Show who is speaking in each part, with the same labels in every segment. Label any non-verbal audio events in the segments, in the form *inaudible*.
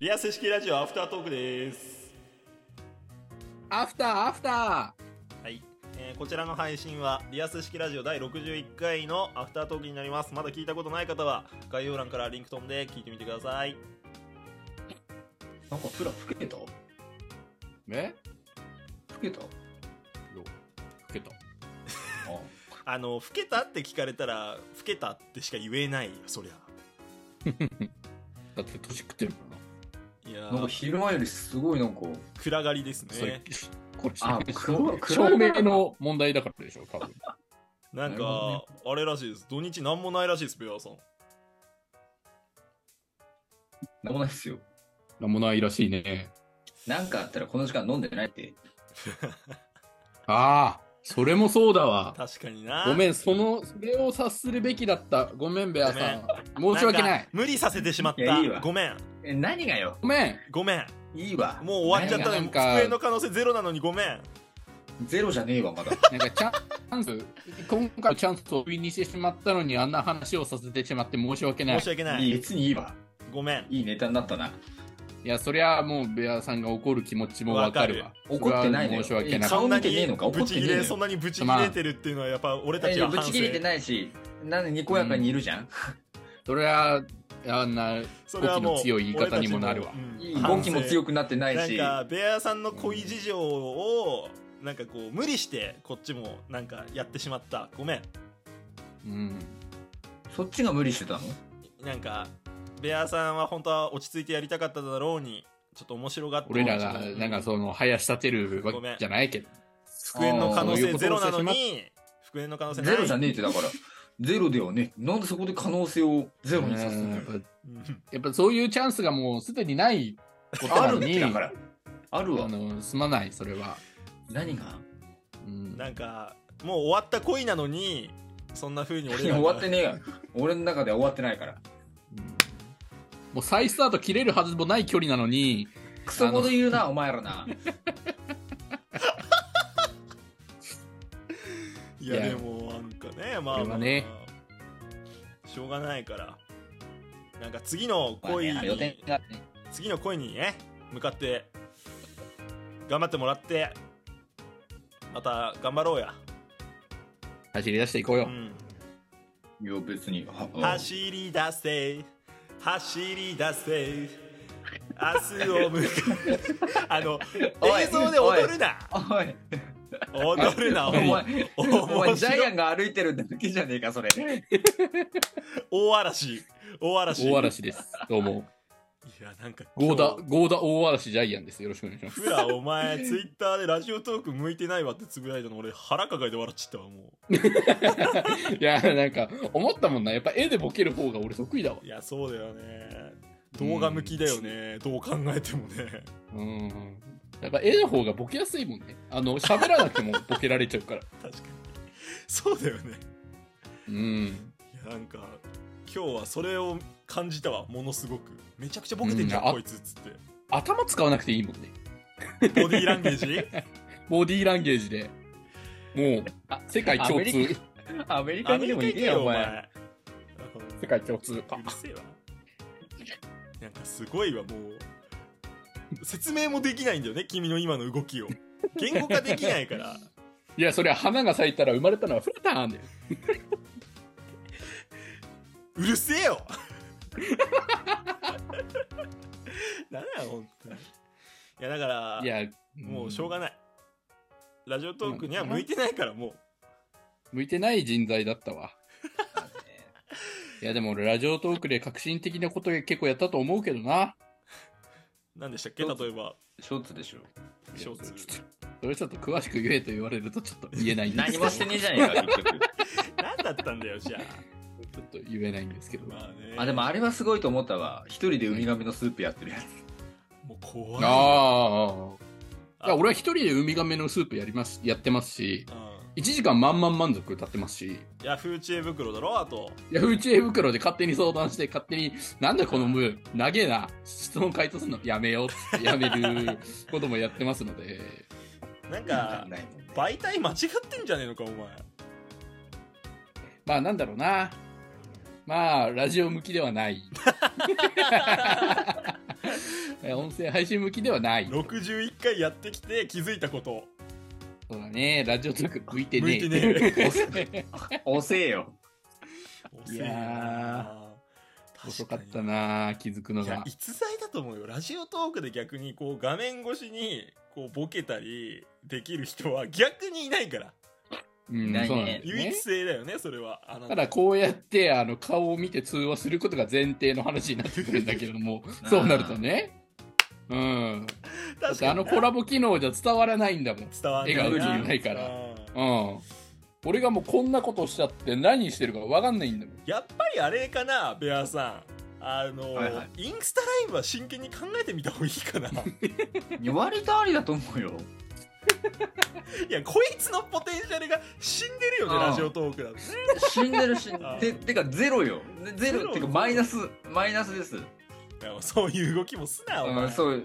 Speaker 1: リアス式ラジオアフタートークです。
Speaker 2: アフター、アフター
Speaker 1: はい。えーこちらの配信は、リアス式ラジオ第61回のアフタートークになります。まだ聞いたことない方は、概要欄からリンク飛んで聞いてみてください。
Speaker 3: なんかプラ老けた老
Speaker 2: え
Speaker 3: けた
Speaker 2: どう吹けた。
Speaker 3: あ
Speaker 1: あの、老けたって聞かれたら、老けたってしか言えないよ、そりゃ。
Speaker 2: だって年食ってるからな。
Speaker 1: いや
Speaker 3: なんか
Speaker 1: ー、
Speaker 3: 昼間よりすごいなんか、
Speaker 1: 暗がりです
Speaker 2: それ
Speaker 1: ね。
Speaker 2: これ
Speaker 3: あ黒い
Speaker 2: 照明の問題だからでしょ、多分。
Speaker 1: なん
Speaker 3: なるほ
Speaker 1: か、あれらしいです。土日なんもないらしいです、ペアさん。
Speaker 3: なんもないっすよ。
Speaker 2: なんもないらしいね。
Speaker 3: なんかあったらこの時間飲んでないって。
Speaker 2: ああ、それもそうだわ。
Speaker 1: 確かにな。
Speaker 2: ごめ
Speaker 1: ん、
Speaker 2: ん、その、それを察するべきだった。ごめん、ベアさん。申し訳ない。。
Speaker 1: 無理させてしまっ
Speaker 3: いやいい
Speaker 1: た。
Speaker 3: わ
Speaker 1: ごめん。
Speaker 3: え、何がよ
Speaker 2: ごめん。
Speaker 1: ごめん。
Speaker 3: いいわ。
Speaker 1: もう終わっちゃったの
Speaker 2: な
Speaker 1: に、
Speaker 2: んか
Speaker 1: 机の可能性ゼロなのにごめん。
Speaker 3: ゼロじゃねえわ、まだ。
Speaker 2: なんかチャンス、今回チャンスを見にしてしまったのに、あんな話をさせてしまって申し訳ない
Speaker 1: 申し。訳ない
Speaker 3: いい、
Speaker 1: い。
Speaker 3: 別にいいわ。
Speaker 1: ごめん。
Speaker 3: いいネタになったな。
Speaker 2: いや、そりゃもう、ベアさんが怒る気持ちもわかるわ。
Speaker 3: 怒ってないのよ
Speaker 2: それは申し訳ない。
Speaker 3: 顔見てねえのか
Speaker 1: ぶち切
Speaker 3: 怒ってねえの
Speaker 1: れ、
Speaker 3: よ
Speaker 1: そんなにぶち切れてるっていうのは、やっぱ俺た
Speaker 3: い
Speaker 1: ち
Speaker 3: や
Speaker 1: は
Speaker 3: ぶ
Speaker 1: 反
Speaker 3: ち
Speaker 1: 省
Speaker 3: 切れてないし、なんでにこやかにいるじゃん。
Speaker 2: それは、あんな、
Speaker 1: それはもう
Speaker 2: 語気の強い言い方にもなるわ
Speaker 1: 俺たちもうん
Speaker 3: いい動きも強くなってない
Speaker 1: なん
Speaker 3: し。
Speaker 1: か、ベアさんの恋事情を、なんかこう、無理して、こっちも、なんか、やってしまった。ごめん。
Speaker 2: うん。
Speaker 3: そっちが無理してたの
Speaker 1: なんか、ベアさんは本当は落ち着いてやりたかっただろうに、ちょっと面白がって
Speaker 2: 俺らが、
Speaker 1: うん
Speaker 2: なんかその、林立てるわ
Speaker 1: ごめん
Speaker 2: けじゃないけど。
Speaker 1: 復縁の可能性ゼロなの
Speaker 2: あー
Speaker 1: に、復縁の可能性ない。
Speaker 3: ゼロじゃねえってだから。ゼロではねえ。なんでそこで可能性をゼロにさせる
Speaker 2: うん
Speaker 3: の
Speaker 2: やっ
Speaker 3: よ
Speaker 2: ぱ
Speaker 1: うん
Speaker 2: やっぱそういうチャンスがもうすでにないこと
Speaker 3: あ
Speaker 2: な
Speaker 3: る
Speaker 2: の
Speaker 3: ん
Speaker 2: に、
Speaker 3: だから。ある
Speaker 2: あ
Speaker 3: わ。
Speaker 2: のすまない、それは。
Speaker 3: 何が
Speaker 2: うん、
Speaker 1: なんか、もう終わった恋なのに、そんな風に俺ら
Speaker 3: いや
Speaker 1: が
Speaker 3: *laughs* 終わってねえよ。俺の中では終わってないから。
Speaker 2: うんもう再スタート切れるはずもない距離なのに、
Speaker 3: クソほど言うな、お前らな。
Speaker 1: いや
Speaker 2: い
Speaker 1: で
Speaker 2: や
Speaker 1: もなんかねまあ
Speaker 2: これはね
Speaker 1: しょうがないからなんか次の
Speaker 3: まあね
Speaker 1: 恋に、
Speaker 3: あの予定がね
Speaker 1: 次の恋にね向かって頑張ってもらってまた頑張ろうや、
Speaker 2: 走り出していこう
Speaker 1: う
Speaker 2: よ。
Speaker 1: ん、
Speaker 3: いや、別に。は
Speaker 1: 走り出せ走り出せ明日を向かあの
Speaker 3: おい
Speaker 1: 映像で踊るな
Speaker 3: おい、
Speaker 1: 踊るなお
Speaker 3: お
Speaker 1: 前
Speaker 3: 前、お前、
Speaker 1: 面
Speaker 3: ジャ
Speaker 1: 白
Speaker 3: イア
Speaker 1: い
Speaker 3: ンが歩いてるだけじゃねえか、それ。
Speaker 1: 大嵐大嵐
Speaker 2: 大嵐です。どうも。
Speaker 1: いやなんか
Speaker 2: ゴー
Speaker 1: 今
Speaker 2: ダ
Speaker 1: 日、
Speaker 2: ゴーダ大嵐ジャイアンです。よろしくお願いします。
Speaker 1: フラお前ツイッターでラジオトーク向いてないわってつぶやいたの俺腹抱えて笑っちゃったわも
Speaker 2: *laughs* いや、なんか、思ったもんな。やっぱ絵でボケる方が俺得意だわ
Speaker 1: う。いやそうだよね動画向きだよねどう考えてもね *laughs*
Speaker 2: うん。やっぱ絵の方がボケやすいもんね。あの、喋らなくてもボケられちゃうから。
Speaker 1: 確かにそうだよね
Speaker 2: うん。
Speaker 1: いやなんか今日はそれを感じたわものすごくめちゃくちゃボケてんじゃん、
Speaker 2: うんあ
Speaker 1: こいつっつっ
Speaker 2: 頭使わなくていいもんね。
Speaker 1: てボディーランゲージ
Speaker 2: ボディーランゲージで。もう、あ世界
Speaker 3: ア
Speaker 2: 共
Speaker 3: メリ
Speaker 2: 通。
Speaker 3: カアメリ
Speaker 1: *laughs*
Speaker 3: カ
Speaker 1: ア
Speaker 3: に
Speaker 1: メリ
Speaker 3: でも
Speaker 1: カ行け
Speaker 3: 行けよ、
Speaker 1: よ
Speaker 3: お
Speaker 1: お
Speaker 3: 前。
Speaker 1: 前
Speaker 2: 世界共通
Speaker 1: うるせえわなんかすごいわもう説明もできないんだよね君の今の動きを言語化できないから
Speaker 2: いや、そりゃ花が咲いたら生まれたのはフラターンだよ。
Speaker 1: うるせえよなんや本当にいやだから
Speaker 2: いや、
Speaker 1: もうしょう
Speaker 2: が
Speaker 1: がないラジオトークには向いてないからも
Speaker 2: 向いてない人材だったわ。いや、でも俺、ラジオトークで革新的なこと結構やったと思うけどな。
Speaker 1: う何でしたっけ
Speaker 3: ど
Speaker 1: 例
Speaker 3: うぞ
Speaker 1: えば
Speaker 3: ショーツでしょ。
Speaker 1: ショーツ
Speaker 2: ちょっとそれちょっと詳しく言えと言われるとちょっと言えないんですけ
Speaker 3: 何
Speaker 2: ど。
Speaker 3: もしてねえじゃね
Speaker 1: *laughs*
Speaker 3: えか、結局。
Speaker 1: 何だったんだよじゃあ
Speaker 2: ちょっと言えないんですけど。
Speaker 1: まあね
Speaker 3: あ、でもあれはすごいと思ったわ。一人でウミガメのスープやってるやつ。
Speaker 1: もう怖い
Speaker 2: ああ。いや、
Speaker 1: あ
Speaker 2: 俺は一人でウミガメのスープやります、やってますし、
Speaker 1: うん
Speaker 2: 1時間満々満足歌ってますし、
Speaker 1: ヤフー知恵袋だろあと
Speaker 2: ヤフー知恵袋で勝手に相談して、勝手に、なんだこのムー、長えな、質問回答するのやめようっつってやめることもやってますので、
Speaker 1: なん
Speaker 3: わか
Speaker 1: か
Speaker 3: んないもんね
Speaker 1: 媒体間違ってんじゃねえのかお前
Speaker 2: まあなんだろうな。
Speaker 1: *laughs*
Speaker 2: まあ、ラジオ向きではない。えー音声配信向きではない。
Speaker 1: 61回やってきて気づいたこと
Speaker 2: そうだね。ラジオトーク向いて
Speaker 1: 向
Speaker 2: ね
Speaker 1: いて
Speaker 2: え。
Speaker 1: ね
Speaker 2: *laughs*
Speaker 3: 遅えよ。
Speaker 1: え
Speaker 2: いや
Speaker 1: ー
Speaker 2: 遅かったな気づくの
Speaker 1: いや
Speaker 2: が。
Speaker 1: 逸材だと思うよラジオトークで逆にこう画面越しにこうボケたりできる人は逆にいないから
Speaker 2: うん、
Speaker 3: ないね
Speaker 2: そうなんだよ
Speaker 1: 唯
Speaker 2: ね
Speaker 1: 一。性だよねそれはあな
Speaker 2: ただこうやってあの顔を見て通話することが前提の話になってくるんだけれど
Speaker 1: *laughs*
Speaker 2: も
Speaker 3: あー
Speaker 2: そうなるとねうんだっ
Speaker 1: 確
Speaker 2: て
Speaker 1: か
Speaker 2: あ
Speaker 1: に
Speaker 2: の
Speaker 1: な
Speaker 2: コラボ機能じゃ伝わらないんだもん
Speaker 1: 伝わんないな
Speaker 3: 笑顔に
Speaker 2: いないから
Speaker 1: うん
Speaker 2: うん俺がもうこんなことしちゃって何してるか分かんないんだもん
Speaker 1: やっぱりあれかなベアさんあの、
Speaker 3: はいはい
Speaker 1: インスタライブは真剣に考えてみた方がいいかない
Speaker 3: いや割とありだと思うよ。
Speaker 1: やこいつのポテンシャルが死んでるよね
Speaker 3: ああ
Speaker 1: ラジオトークだとね
Speaker 3: 死んでる *laughs* 死んで
Speaker 1: あー
Speaker 3: ててかゼロよ。ゼ
Speaker 1: ゼロ
Speaker 3: ロってかマイナスマイナスです。
Speaker 1: いやそういう動きもすなお
Speaker 3: う
Speaker 1: 前
Speaker 3: ん、そう。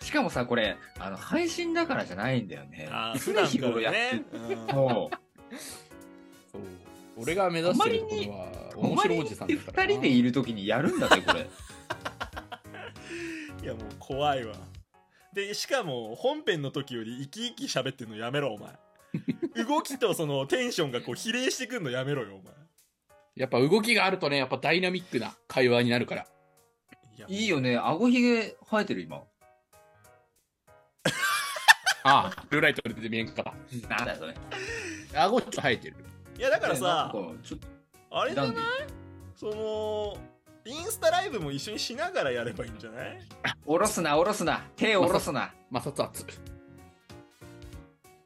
Speaker 3: しかもさこれあの配信だからじゃないんだよね。
Speaker 1: ああ
Speaker 3: 常
Speaker 1: 普段
Speaker 3: 日
Speaker 1: か
Speaker 3: 頃や
Speaker 1: ら
Speaker 3: って
Speaker 1: ね
Speaker 3: る。
Speaker 1: うん
Speaker 3: そう。
Speaker 2: 俺が目指してるところは面白いおじさんだから
Speaker 3: 二人でいるときにやるんだぜこれ。
Speaker 1: いやもう怖いわでしかも本編の時より生き生き喋ってんのやめろお前動きとそのテンションがこう比例してくんのやめろよお前
Speaker 2: やっぱ動きがあるとねやっぱダイナミックな会話になるから
Speaker 1: いや
Speaker 3: いいよね。顎ひげ生えてる今。
Speaker 2: ああルーライトで見えんかった
Speaker 3: なんだよそれ。
Speaker 2: 顎ちょっと生えてる
Speaker 1: いやだからさ
Speaker 3: ねなんかちょっと
Speaker 1: あれじゃない
Speaker 3: ダンディ
Speaker 1: そのインスタライブも一緒にしながらやればいいんじゃない
Speaker 3: 下ろすな下ろすな手下ろすな。
Speaker 2: 摩擦圧 *laughs*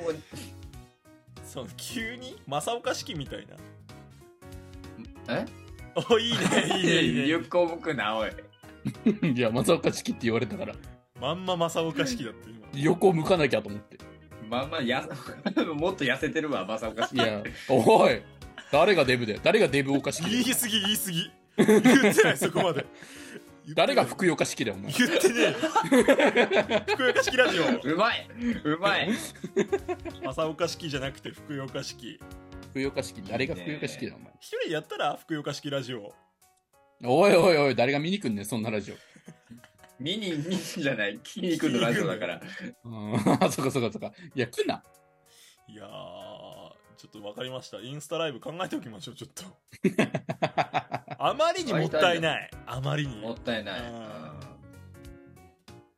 Speaker 3: もう
Speaker 1: その急に正岡式みたいな
Speaker 3: え？
Speaker 1: おいいねいいねいいね
Speaker 3: ゆっこぶくなおい。
Speaker 2: いや松岡式って言われたから
Speaker 1: まんま正岡式だって今
Speaker 2: 横向かなきゃと思って
Speaker 3: まあまあやもっと痩せてるわまさおかし
Speaker 2: いや、おい、誰がデブだよ。誰がデブおかし
Speaker 1: 言い
Speaker 2: きだよ。
Speaker 1: 過ぎ言い過ぎ言ってないそこまで
Speaker 2: 誰が
Speaker 1: 言っ
Speaker 2: 福岡式だよ、お前。
Speaker 1: てない言ってねえよ福岡式ラジオ
Speaker 3: うまいうまい
Speaker 1: 正岡式じゃなくて福岡式
Speaker 2: 福岡式、誰が福岡式だよ、
Speaker 1: 一人でやったら福岡式ラジオ
Speaker 2: お前。おいおいおい、誰が見に来んねん、そんなラジ
Speaker 3: ミニミニじゃない筋肉のラジオだから
Speaker 2: オ。うん、あ、そっかそっかそっか。いや、来んな。
Speaker 1: いやーちょっと分かりましたインスタライブ考えておきましょうちょっとあまりにもったいないあまり
Speaker 3: も
Speaker 1: に
Speaker 3: ったいない
Speaker 1: あ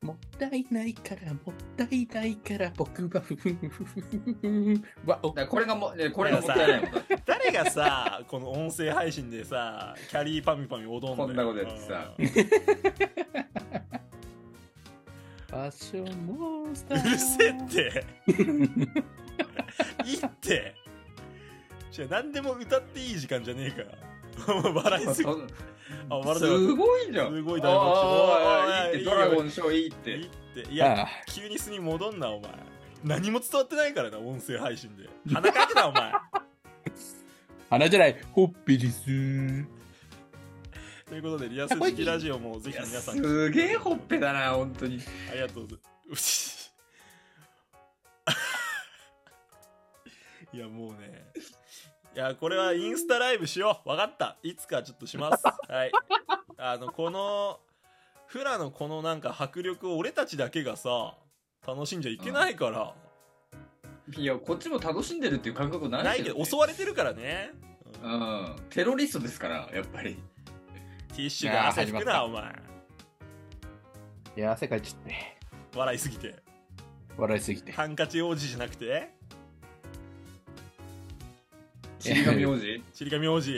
Speaker 2: もったいないから、もったいないから、僕はふふふふふふふ。わお
Speaker 3: だからこれがもねこれがもったいないもんだって
Speaker 1: 誰がさこの音声配信でさキャリーパミュパミュおどんで
Speaker 3: こんなことやってさ
Speaker 1: うん
Speaker 2: ファッションモンスター。
Speaker 1: うるせえっていいってじゃあ何でも歌っていい時間じゃねえから笑いすぎ
Speaker 3: そん
Speaker 1: あ笑って
Speaker 3: す
Speaker 1: なか
Speaker 3: ごいじゃん
Speaker 1: すごい大爆笑
Speaker 3: あーあーあーいいって
Speaker 1: いいよ
Speaker 3: ドラゴンショーいいっ
Speaker 1: ったいいっ
Speaker 3: て
Speaker 1: ていや
Speaker 2: ああ
Speaker 1: 急に巣に戻んなお前何も伝わってないからな音声配信で鼻かけたお前
Speaker 2: 鼻じゃない、ほっぺです。
Speaker 1: ということでリアス式ラジオもぜ
Speaker 3: い
Speaker 1: ひ
Speaker 3: や
Speaker 1: 皆さん
Speaker 3: すげえほっぺだな本当に
Speaker 1: ありがとうございます *laughs* いやもうねいやこれはインスタライブしようわかったいつかちょっとしますはいあのこのフラのこのなんか迫力を俺たちだけがさ楽しんじゃいけないから、
Speaker 3: いやこっちも楽しんでるっていう感覚ない
Speaker 1: ないけど襲われてるからね、うん
Speaker 3: うんテロリストですからやっぱり
Speaker 1: ティッシュが汗拭く
Speaker 2: いや
Speaker 1: な
Speaker 2: ー
Speaker 1: お前
Speaker 2: いや、汗かいちゃって。
Speaker 1: 笑いすぎて
Speaker 2: 笑いすぎて。
Speaker 1: ハンカチ王子じゃなくて
Speaker 3: 死神王子
Speaker 1: ちり紙王子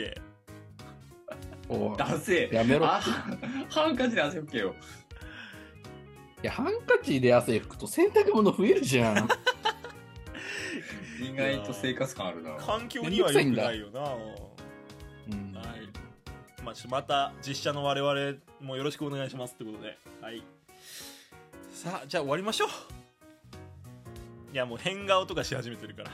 Speaker 2: おい
Speaker 3: ダセえ
Speaker 2: やめろ。
Speaker 3: あハンカチで汗拭けよ
Speaker 2: いや、ハンカチで汗拭くと洗濯物増えるじゃん。
Speaker 3: 意外と生活感あるな
Speaker 1: 環境には良くないよな
Speaker 2: うん
Speaker 1: はいまあ、ちょっとまた実写の我々もよろしくお願いしますってことではいさあじゃあ終わりましょういやもう変顔とかし始めてるから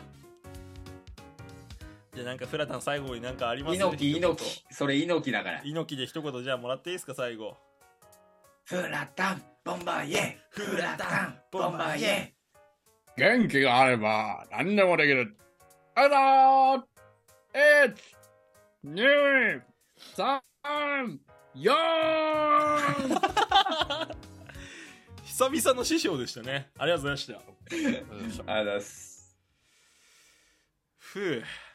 Speaker 1: じゃあなんかフラタン最後になんかあります
Speaker 3: 猪木
Speaker 1: 一言
Speaker 3: 猪木それ猪木だから
Speaker 1: 猪木で一言じゃあもらっていいですか最後
Speaker 3: フラタンボンバーイエフラタンボンバーイエ
Speaker 2: 元気があれば何でもできる。あらー !1、2、3、4!
Speaker 1: 久々の師匠でしたね。ありがとうございました。
Speaker 3: よいし
Speaker 4: あ
Speaker 3: ょ
Speaker 4: りがとうございます。
Speaker 1: ふう